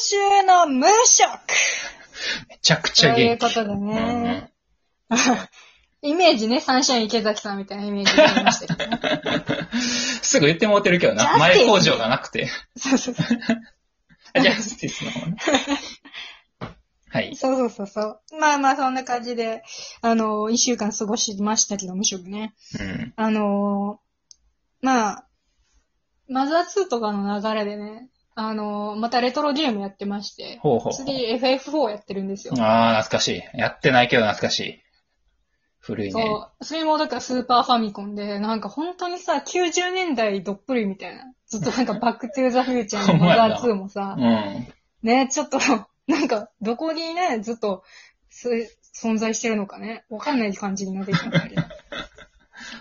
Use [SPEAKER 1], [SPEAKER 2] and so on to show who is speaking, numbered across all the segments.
[SPEAKER 1] 週の無職
[SPEAKER 2] めちゃくち
[SPEAKER 1] と
[SPEAKER 2] ゃ
[SPEAKER 1] いう
[SPEAKER 2] 元気。
[SPEAKER 1] ことで
[SPEAKER 2] うんうん
[SPEAKER 1] ね。イメージね、サンシャイン池崎さんみたいなイメージがありましたけどね。
[SPEAKER 2] すぐ言ってもうてるけど
[SPEAKER 1] ジャスティ
[SPEAKER 2] な。
[SPEAKER 1] ス
[SPEAKER 2] 前工場がなくて。
[SPEAKER 1] そうそうそう。
[SPEAKER 2] あジャスティスの方ね。はい。
[SPEAKER 1] そうそうそうそう。まあまあ、そんな感じで、あの、一週間過ごしましたけど、無職ね。
[SPEAKER 2] うん。
[SPEAKER 1] あのーまあ、マザー2とかの流れでね、あのーまたレトロゲームやってまして、
[SPEAKER 2] ほうほうほう。
[SPEAKER 1] 次 FF4 やってるんですよ。
[SPEAKER 2] ああ、懐かしい。やってないけど懐かしい。古いね。
[SPEAKER 1] そう、それもだからスーパーファミコンで、なんか本当にさ、90年代どっぷりみたいな。ずっとなんかバックトゥーザフューチャー の
[SPEAKER 2] ほんま
[SPEAKER 1] マ
[SPEAKER 2] や
[SPEAKER 1] ザ
[SPEAKER 2] な
[SPEAKER 1] ー2もさ
[SPEAKER 2] う、ん。
[SPEAKER 1] ね、ちょっと、なんかどこにね、ずっとす存在してるのかね、わかんない感じになってきたんだけど。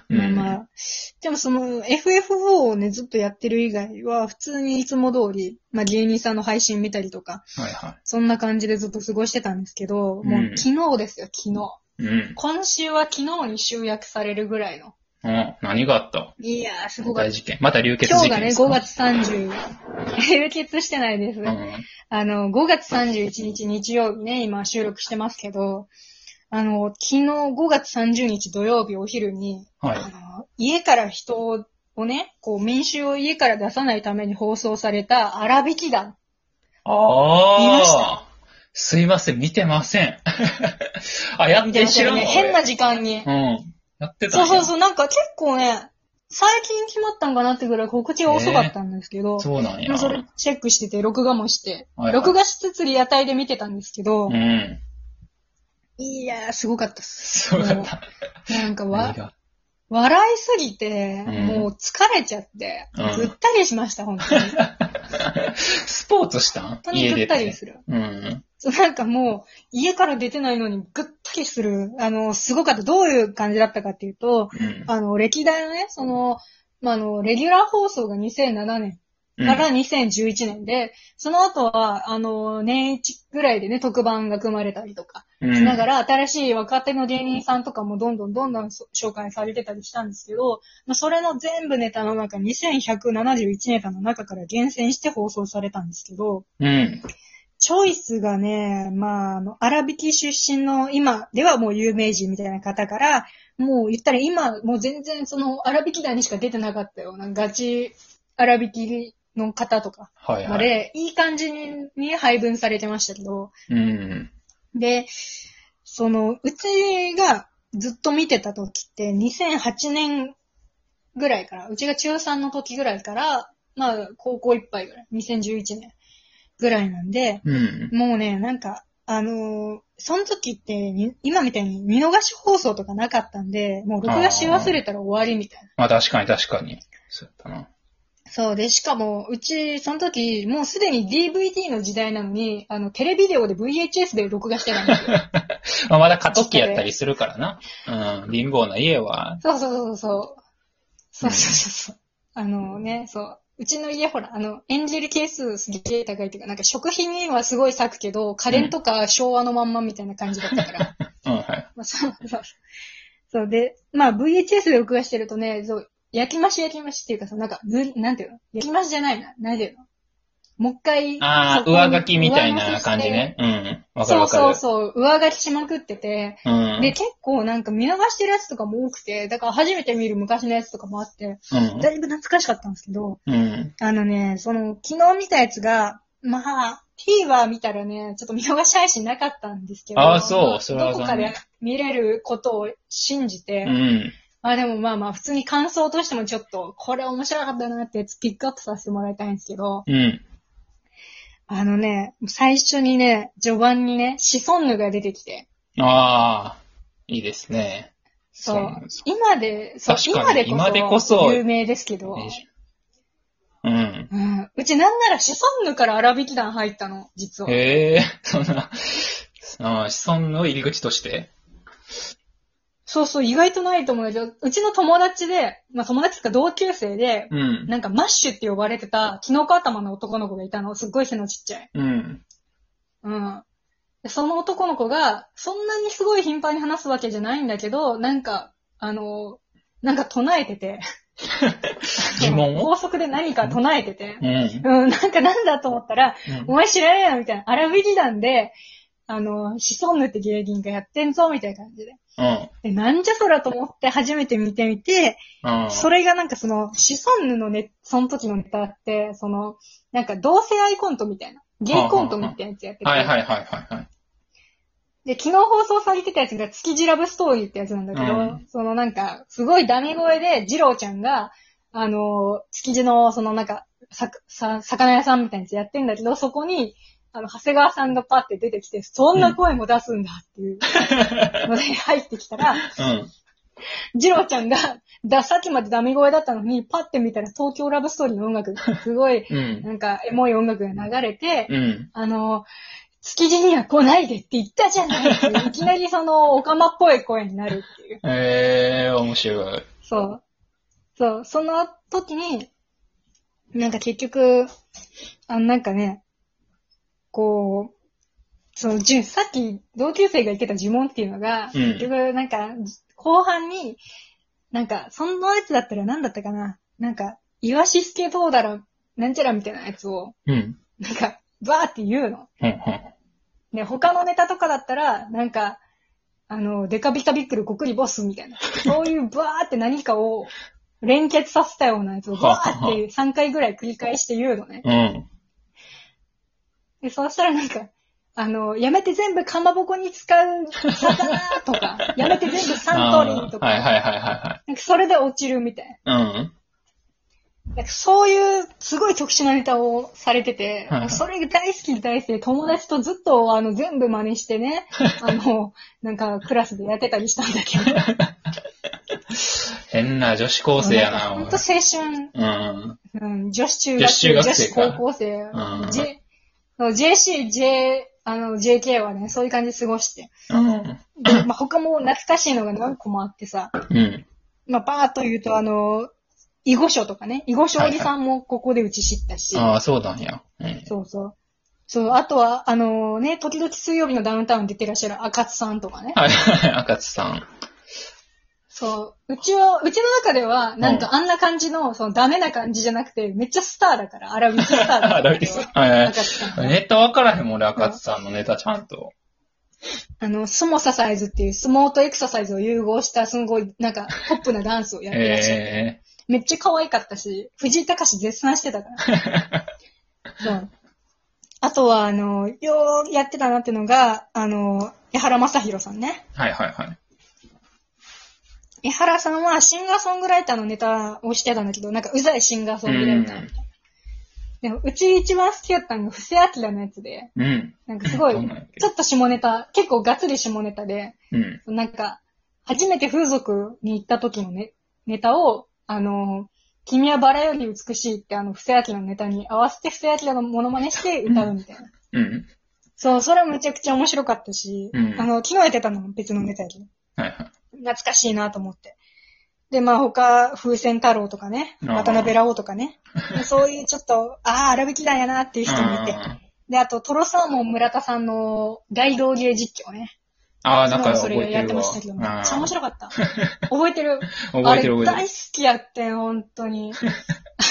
[SPEAKER 2] う
[SPEAKER 1] まあ
[SPEAKER 2] ん。
[SPEAKER 1] まあ。でもその FF4 をね、ずっとやってる以外は、普通にいつも通り、まあ芸人さんの配信見たりとか、
[SPEAKER 2] はいは
[SPEAKER 1] そんな感じでずっと過ごしてたんですけど、も
[SPEAKER 2] う
[SPEAKER 1] うん昨日ですよ、昨日。
[SPEAKER 2] い。うん。
[SPEAKER 1] 今週は昨日に集約されるぐらいの。
[SPEAKER 2] うん。何があった
[SPEAKER 1] いやー、すごかっ
[SPEAKER 2] 大事件。また流
[SPEAKER 1] た。
[SPEAKER 2] 血
[SPEAKER 1] 今日
[SPEAKER 2] 事
[SPEAKER 1] が
[SPEAKER 2] 件
[SPEAKER 1] ね、
[SPEAKER 2] ですか
[SPEAKER 1] 5月30、流 血してないです。
[SPEAKER 2] うん。
[SPEAKER 1] あの、5月31日日曜日ね、今収録してますけど、あの、昨日5月30日土曜日お昼に、
[SPEAKER 2] はい。
[SPEAKER 1] あの家から人をね、こう、民衆を家から出さないために放送された荒引き団。
[SPEAKER 2] ああ。
[SPEAKER 1] 見ました
[SPEAKER 2] すいません、見てません。 あ、やって知らんわ、
[SPEAKER 1] ね、
[SPEAKER 2] 俺
[SPEAKER 1] 変な時間に。
[SPEAKER 2] うん。やってたん
[SPEAKER 1] そう
[SPEAKER 2] や
[SPEAKER 1] そうそう、なんか結構ね、最近決まったんかなってぐらい告知が遅かったんですけど、
[SPEAKER 2] そうなん
[SPEAKER 1] ま
[SPEAKER 2] や。
[SPEAKER 1] あそれチェックしてて、録画もして、
[SPEAKER 2] はいはい
[SPEAKER 1] 録画しつつリアタイで見てたんですけど、
[SPEAKER 2] うん。
[SPEAKER 1] いやー、すごかったっす。
[SPEAKER 2] すごかった。
[SPEAKER 1] なんか
[SPEAKER 2] 何
[SPEAKER 1] わ、
[SPEAKER 2] が
[SPEAKER 1] 笑いすぎて、
[SPEAKER 2] うん
[SPEAKER 1] もう疲れちゃって、
[SPEAKER 2] うん
[SPEAKER 1] ぐったりしました、本当 に。本
[SPEAKER 2] スポーツしたん
[SPEAKER 1] 当に
[SPEAKER 2] 家
[SPEAKER 1] ぐ
[SPEAKER 2] 出
[SPEAKER 1] った
[SPEAKER 2] て
[SPEAKER 1] り。する。
[SPEAKER 2] うん。
[SPEAKER 1] そう、なんかもう、家から出てないのにぐったりする。あの、すごかった。どういう感じだったかっていうと、
[SPEAKER 2] うん
[SPEAKER 1] あの、歴代のね、その、まあ、あの、レギュラー放送が2007年
[SPEAKER 2] う
[SPEAKER 1] から
[SPEAKER 2] ん。
[SPEAKER 1] 2011年で、その後は、あの、年一ぐらいでね、特番が組まれたりとか、
[SPEAKER 2] うん
[SPEAKER 1] しながら、新しい若手の芸人さんとかもどんどんどんどんそ紹介されてたりしたんですけど、まあ、それの全部ネタの中、2171ネタの中から厳選して放送されたんですけど、
[SPEAKER 2] うん。
[SPEAKER 1] チョイスがね、まあ、あの、荒引き出身の今ではもう有名人みたいな方から、もう言ったら今、もう全然その荒引き団にしか出てなかったようなガチ荒引きの方とか
[SPEAKER 2] はい
[SPEAKER 1] ま
[SPEAKER 2] はい。
[SPEAKER 1] で、いい感じにね配分されてましたけど、
[SPEAKER 2] うん。
[SPEAKER 1] で、その、うちがずっと見てた時って2008年ぐらいから、うちが中3の時ぐらいから、まあ、高校いっぱいぐらい、2011年ぐらいなんで、
[SPEAKER 2] うん。
[SPEAKER 1] もうね、なんか、あのーその時ってに、今みたいに見逃し放送とかなかったんで、もう録画し忘れたら終わりみたいな。
[SPEAKER 2] まあ確かに確かに。そうやっ
[SPEAKER 1] そうで、しかも、うち、その時、もうすでに DVD の時代なのに、あの、テレビデオで VHS で録画してたんですよ。
[SPEAKER 2] たな。まあまだ過渡期やったりするからな。うん。貧乏な家は。
[SPEAKER 1] そうそうそうそう。そうそうそうそう。あのね、そう。うちの家ほら、あの、エンジェル係数すげえ高いっていうか、なんか食品にはすごい割くけど、家電とか昭和のまんまみたいな感じだったから。
[SPEAKER 2] うん、はい。
[SPEAKER 1] まあ、そうそう。そうで、まあ VHS で録画してるとね、そう、焼き増し焼き増しっていうかさ、なんか、ぬなんていうの焼き増しじゃないな。なんていうのもう一回。
[SPEAKER 2] あ
[SPEAKER 1] そ
[SPEAKER 2] あ、
[SPEAKER 1] こに
[SPEAKER 2] 上書きみたいな感じね。うん。わかる
[SPEAKER 1] そ
[SPEAKER 2] わ
[SPEAKER 1] う
[SPEAKER 2] かる。
[SPEAKER 1] そうそう、上書きしまくってて、
[SPEAKER 2] うん。
[SPEAKER 1] で、結構なんか見逃してるやつとかも多くて、だから初めて見る昔のやつとかもあって、
[SPEAKER 2] うん。
[SPEAKER 1] だいぶ懐かしかったんですけど、
[SPEAKER 2] うん。
[SPEAKER 1] あのね、その、昨日見たやつが、まあ、TVer 見たらね、ちょっと見逃し配信なかったんですけど、
[SPEAKER 2] ああそう
[SPEAKER 1] ま
[SPEAKER 2] それ
[SPEAKER 1] ど
[SPEAKER 2] は
[SPEAKER 1] こか
[SPEAKER 2] 残念
[SPEAKER 1] で見れることを信じて、
[SPEAKER 2] うん。
[SPEAKER 1] まあでもまあまあ、普通に感想としてもちょっと、これ面白かったなってやつピックアップさせてもらいたいんですけど、
[SPEAKER 2] うん。
[SPEAKER 1] あのね、最初にね、序盤にね、シソンヌが出てきて、
[SPEAKER 2] ああ、いいですね。
[SPEAKER 1] そ
[SPEAKER 2] そう
[SPEAKER 1] う
[SPEAKER 2] なんです。
[SPEAKER 1] 今で、そう、
[SPEAKER 2] 確
[SPEAKER 1] 今
[SPEAKER 2] か
[SPEAKER 1] で
[SPEAKER 2] に
[SPEAKER 1] こそ、
[SPEAKER 2] 今でこそ
[SPEAKER 1] 有名ですけど、
[SPEAKER 2] うん。
[SPEAKER 1] うん、うちなんならシソンヌから荒引き団入ったの、実は。
[SPEAKER 2] へえ、 そんな、ああ、子孫の入り口として。
[SPEAKER 1] そうそう、意外とないと思うんだけど、うちの友達で、まあ友達か同級生で、
[SPEAKER 2] うん。
[SPEAKER 1] なんかマッシュって呼ばれてた、キノコ頭の男の子がいたの、すっごい背のちっちゃい。
[SPEAKER 2] うん。
[SPEAKER 1] うん。でその男の子が、そんなにすごい頻繁に話すわけじゃないんだけど、なんか、あの、なんか唱えてて、
[SPEAKER 2] 疑問を
[SPEAKER 1] 高速で何か唱えてて、
[SPEAKER 2] うん。
[SPEAKER 1] うん、なんかなんだと思ったら、
[SPEAKER 2] うん
[SPEAKER 1] お前知らねえよみたいな、アラビリ団で、あの、シソンヌって芸人がやってんぞみたいな感じで。
[SPEAKER 2] うん。
[SPEAKER 1] で、なんじゃそらと思って初めて見てみて、
[SPEAKER 2] うん。
[SPEAKER 1] それがなんかその、シソンヌのね、その時のネタって、その、なんか同性愛コントみたいな、ゲイコントみたいなやつやってて、
[SPEAKER 2] はいはいはいはいはい。
[SPEAKER 1] で、昨日放送されてたやつが築地ラブストーリーってやつなんだけど、
[SPEAKER 2] うん
[SPEAKER 1] そのなんか、すごいダメ声で、二郎ちゃんが、あのー、築地の、そのなんか、さ、さ、魚屋さんみたいなやつやってんだけど、そこに、あの、長谷川さんがパって出てきて、そんな声も出すんだっていうので入ってきたら、
[SPEAKER 2] うん。
[SPEAKER 1] 二郎ちゃんが、だ、さっきまでダメ声だったのに、パって見たら東京ラブストーリーの音楽、すごい、
[SPEAKER 2] うん。
[SPEAKER 1] なんか、エモい音楽が流れて、
[SPEAKER 2] うん。
[SPEAKER 1] あの、築地には来ないでって言ったじゃないって いういきなりその、オカマっぽい声になるっていう。
[SPEAKER 2] えー、面白い。
[SPEAKER 1] そう。そう、その時に、なんか結局、あの、なんかね、こう、その、じゅさっき同級生が言ってた呪文っていうのが、
[SPEAKER 2] うん
[SPEAKER 1] 結局、なんか、後半に、なんか、そのやつだったら何だったかななんか、イワシスケどうだろう、なんちゃらみたいなやつを、
[SPEAKER 2] うん。
[SPEAKER 1] なんか、バーって言うの。
[SPEAKER 2] うん。うん
[SPEAKER 1] ね、他のネタとかだったら、なんか、あの、デカビカビックルごくりボスみたいな、そう いうバーって何かを連結させたようなやつをバーって3回ぐらい繰り返して言うのね。
[SPEAKER 2] うん。
[SPEAKER 1] で、そうしたらなんか、あの、やめて全部かまぼこに使う魚と か、やめて全部サントリーとか、
[SPEAKER 2] あーはいはいはいは
[SPEAKER 1] なんかそれで落ちるみたい
[SPEAKER 2] いはい。うん。
[SPEAKER 1] な。なんかそういうすごい特殊なネタをされてて、
[SPEAKER 2] はいはい
[SPEAKER 1] それが大好きで大好きで友達とずっとあの全部真似して ね、あの、なんかクラスでやってたりしたんだけど。
[SPEAKER 2] 変な女子高生やな、
[SPEAKER 1] ほ
[SPEAKER 2] お
[SPEAKER 1] ん
[SPEAKER 2] い
[SPEAKER 1] と青
[SPEAKER 2] うん。
[SPEAKER 1] 春、うん、女子中
[SPEAKER 2] 女
[SPEAKER 1] 学
[SPEAKER 2] 子中
[SPEAKER 1] 生、
[SPEAKER 2] 学
[SPEAKER 1] 女
[SPEAKER 2] 生
[SPEAKER 1] 子
[SPEAKER 2] か
[SPEAKER 1] 高校生、
[SPEAKER 2] うん
[SPEAKER 1] J そう JC、J、あの、JK はね、そういう感じで過ごして。
[SPEAKER 2] うん。
[SPEAKER 1] で、まあ、他も懐かしいのが何個もあってさ、
[SPEAKER 2] うん。
[SPEAKER 1] まあ、パーッと言うと、あの、囲碁書とかね、囲碁将棋さんもここでうち知ったし、
[SPEAKER 2] ああ、そうなんや。うん。
[SPEAKER 1] そうそう。そう、あとは、あのね、時々水曜日のダウンタウン出てらっしゃる赤津さんとかね。
[SPEAKER 2] はいはい、赤津さん。
[SPEAKER 1] そう、うちは、うちの中では、なんかあんな感じの、そのダメな感じじゃなくて、めっちゃスターだから、アラビススターだか
[SPEAKER 2] あ
[SPEAKER 1] ら。
[SPEAKER 2] ダメです。はいはい
[SPEAKER 1] 赤津さん
[SPEAKER 2] ネタ分からへんもん、俺、赤津さんのネタちゃんと。
[SPEAKER 1] あの、スモササイズっていう相撲とエクササイズを融合した、すごい、なんか、ポップなダンスをやってらっしゃる。
[SPEAKER 2] え
[SPEAKER 1] めっちゃ可愛かったし、藤井隆絶賛してたから。 そう。あとは、あの、ようやってたなってのが、あの、江原正宏さんね。
[SPEAKER 2] えはいはいはい。
[SPEAKER 1] 江原さんはシンガーソングライターのネタをしてたんだけど、なんかうざいシンガーソングライターみたいな。でも、うち一番好きだったのが、布施明のやつで、
[SPEAKER 2] うん。
[SPEAKER 1] なんかすごい、
[SPEAKER 2] どんなんやっけ
[SPEAKER 1] ちょっと下ネタ、結構がっつり下ネタで、
[SPEAKER 2] うん。
[SPEAKER 1] なんか、初めて風俗に行った時のね、ネタを、あの、君はバラより美しいってあの、布施明のネタに合わせて布施明のモノマネして歌うみたいな。
[SPEAKER 2] うん。
[SPEAKER 1] そう、それはめちゃくちゃ面白かったし、
[SPEAKER 2] うん
[SPEAKER 1] あの、昨日やってたのも別のネタやけど、
[SPEAKER 2] はいはい。
[SPEAKER 1] 懐かしいなと思って。で、まあ他、風船太郎とかね、
[SPEAKER 2] あー
[SPEAKER 1] 渡辺ラオとかね、でそういうちょっと、ああ、荒引き団やなっていう人もいて、
[SPEAKER 2] あ
[SPEAKER 1] で、あと、トロサーモン村田さんの大道芸実況ね。
[SPEAKER 2] あー、な
[SPEAKER 1] 昨
[SPEAKER 2] んか
[SPEAKER 1] 日そ
[SPEAKER 2] 覚
[SPEAKER 1] れ
[SPEAKER 2] え
[SPEAKER 1] や
[SPEAKER 2] て
[SPEAKER 1] って
[SPEAKER 2] る
[SPEAKER 1] ま
[SPEAKER 2] わ。
[SPEAKER 1] したけど、めっちゃ
[SPEAKER 2] うん
[SPEAKER 1] 面白か った。覚えてる。
[SPEAKER 2] 覚えてる
[SPEAKER 1] あ
[SPEAKER 2] 覚
[SPEAKER 1] れ
[SPEAKER 2] え
[SPEAKER 1] 大
[SPEAKER 2] て
[SPEAKER 1] 好きやってん、本当に。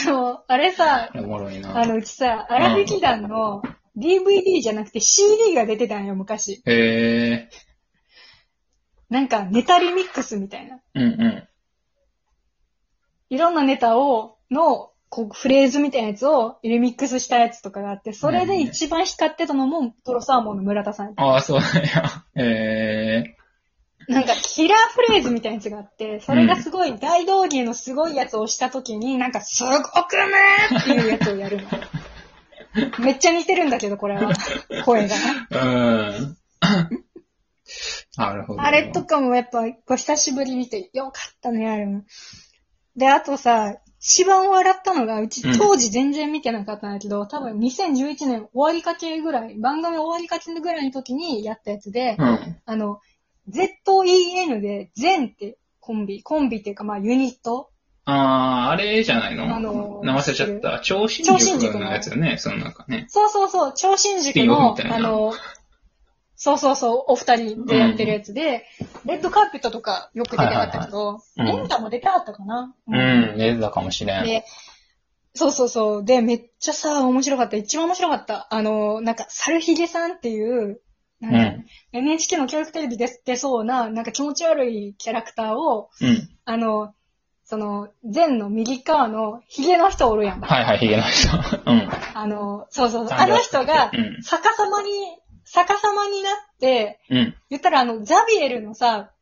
[SPEAKER 1] あの、あれさ、
[SPEAKER 2] る。おもろいな
[SPEAKER 1] あ。の、うちさ、アラビキ団の DVD じゃなくて CD が出てたんよ、昔。
[SPEAKER 2] へえ。
[SPEAKER 1] なんか、ネタリミックスみたいな。
[SPEAKER 2] うんう
[SPEAKER 1] いろんなネタを、の、こう、フレーズみたいなやつをリミックスしたやつとかがあって、それで一番光ってたのも、トロサーモンの村田さん。
[SPEAKER 2] ん。ああ、そうなんや。 へえ。
[SPEAKER 1] なんか、キラーフレーズみたいなやつがあって、それがすごい、大道芸のすごいやつをしたときに、なんか、すごくねーっていうやつをやるの。めっちゃ似てるんだけど、これは。声がね。
[SPEAKER 2] うん。 なるほど。
[SPEAKER 1] あれとかもやっぱ、こう久しぶりに見て、よかったね、あれも。で、あとさ、一番笑ったのが、うち
[SPEAKER 2] うん
[SPEAKER 1] 当時全然見てなかったんだけど、多分2011年終わりかけぐらい、番組終わりかけぐらいの時にやったやつで、
[SPEAKER 2] うん。
[SPEAKER 1] あの、ZEN で、全ってコンビ、コンビっていうかまあユニット
[SPEAKER 2] ああ、あれじゃないの
[SPEAKER 1] あのー
[SPEAKER 2] 名前忘れちゃった。超新
[SPEAKER 1] 超新
[SPEAKER 2] 塾
[SPEAKER 1] 塾
[SPEAKER 2] の
[SPEAKER 1] の
[SPEAKER 2] やつよね、その中ね。
[SPEAKER 1] そうそうそう、超新塾
[SPEAKER 2] スピンオフみ
[SPEAKER 1] の
[SPEAKER 2] たい、な
[SPEAKER 1] あの、そうそうそう、お二人でやってるやつで、レッドカーペットとかよく出てかったけど、
[SPEAKER 2] はいはいはいうん
[SPEAKER 1] レンタも出てかったかな。
[SPEAKER 2] うん、出てたかもしれん。
[SPEAKER 1] で、そうそうそう。で、めっちゃさ、面白かった。一番面白かった。あの、なんか、猿ひげさんっていう、
[SPEAKER 2] う
[SPEAKER 1] なん
[SPEAKER 2] ん。
[SPEAKER 1] か
[SPEAKER 2] う
[SPEAKER 1] NHK の教育テレビで出そうな、なんか気持ち悪いキャラクターを、
[SPEAKER 2] ん。
[SPEAKER 1] あの、その、前の右側のヒゲの人おるやん。
[SPEAKER 2] はいはい、ヒゲの人。 うん。
[SPEAKER 1] あの、そうそうそう。
[SPEAKER 2] あ
[SPEAKER 1] あ
[SPEAKER 2] の
[SPEAKER 1] の人が
[SPEAKER 2] う、ん。
[SPEAKER 1] 逆さまに、逆さまになって、
[SPEAKER 2] うん。
[SPEAKER 1] 言ったらあの、ザビエルのさ、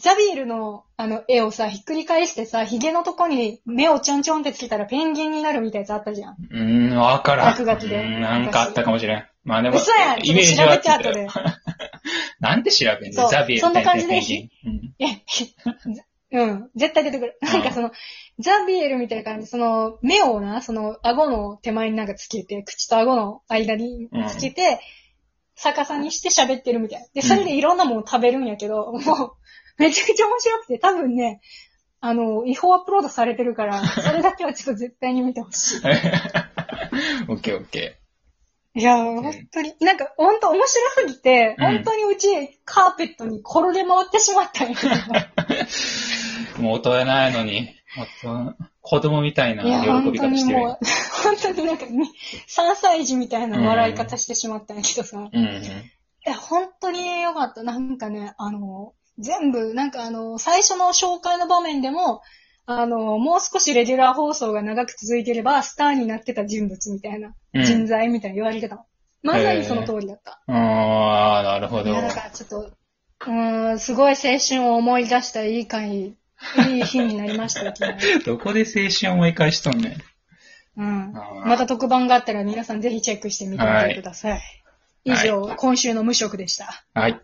[SPEAKER 1] ザビエルのあの絵をさ、ひっくり返してさ、ヒゲのとこに目をちょんちょんってつけたらペンギンになるみたいなやつあったじゃん。
[SPEAKER 2] うーん、わからん。
[SPEAKER 1] 落書きで
[SPEAKER 2] うんなんかあったかもしれん。まあでも、
[SPEAKER 1] 嘘やんち
[SPEAKER 2] イ
[SPEAKER 1] ょっ
[SPEAKER 2] メ
[SPEAKER 1] と
[SPEAKER 2] ージ
[SPEAKER 1] 調
[SPEAKER 2] は
[SPEAKER 1] べ
[SPEAKER 2] つ
[SPEAKER 1] て後
[SPEAKER 2] く
[SPEAKER 1] で
[SPEAKER 2] よ。。なんで調べん
[SPEAKER 1] そ
[SPEAKER 2] の
[SPEAKER 1] う
[SPEAKER 2] ザビエル
[SPEAKER 1] そんな感じで
[SPEAKER 2] ペンギンうん
[SPEAKER 1] いや、 うん、絶対出てくる。なんかその、ザビエルみたいな感じ、その、目をな、その、顎の手前になんかつけて、口と顎の間につけて、逆さにして喋ってるみたいな。で、それでいろんなもの食べるんやけど、もう、めちゃくちゃ面白くて、多分ね、あの、違法アップロードされてるから、それだけはちょっと絶対に見てほし
[SPEAKER 2] オッケーオッケ
[SPEAKER 1] い。いやー、本当に、なんか、本当面白すぎて、
[SPEAKER 2] うん
[SPEAKER 1] 本当にうち、カーペットに転げ回ってしまったんや。
[SPEAKER 2] ー。もう大人ないのに、大人子供みたいない
[SPEAKER 1] や、
[SPEAKER 2] 喜
[SPEAKER 1] 本
[SPEAKER 2] び
[SPEAKER 1] 当
[SPEAKER 2] 方
[SPEAKER 1] に
[SPEAKER 2] してる
[SPEAKER 1] も
[SPEAKER 2] よ。
[SPEAKER 1] う、 本当になんか、み3歳児みたいな笑い方してしまったんやけどさ、い
[SPEAKER 2] うんうん。
[SPEAKER 1] や、本当に良かった。なんかね、あの、全部、なんかあの、最初の紹介の場面でも、あの、もう少しレギュラー放送が長く続いてれば、スターになってた人物みたいな、
[SPEAKER 2] うん
[SPEAKER 1] 人材みたいに言われてたの。まさにその通りだった。
[SPEAKER 2] あー、なるほ
[SPEAKER 1] い
[SPEAKER 2] ど。
[SPEAKER 1] や、だからちょっと、うーん、すごい青春を思い出したいい回、いい日になりましたよ、昨日。
[SPEAKER 2] どこで青春を思い返しとんねん。
[SPEAKER 1] うん
[SPEAKER 2] あー
[SPEAKER 1] また特番があったら皆さんぜひチェックしてみてみてください。
[SPEAKER 2] はい
[SPEAKER 1] 以上、今週の無職でした。
[SPEAKER 2] はい。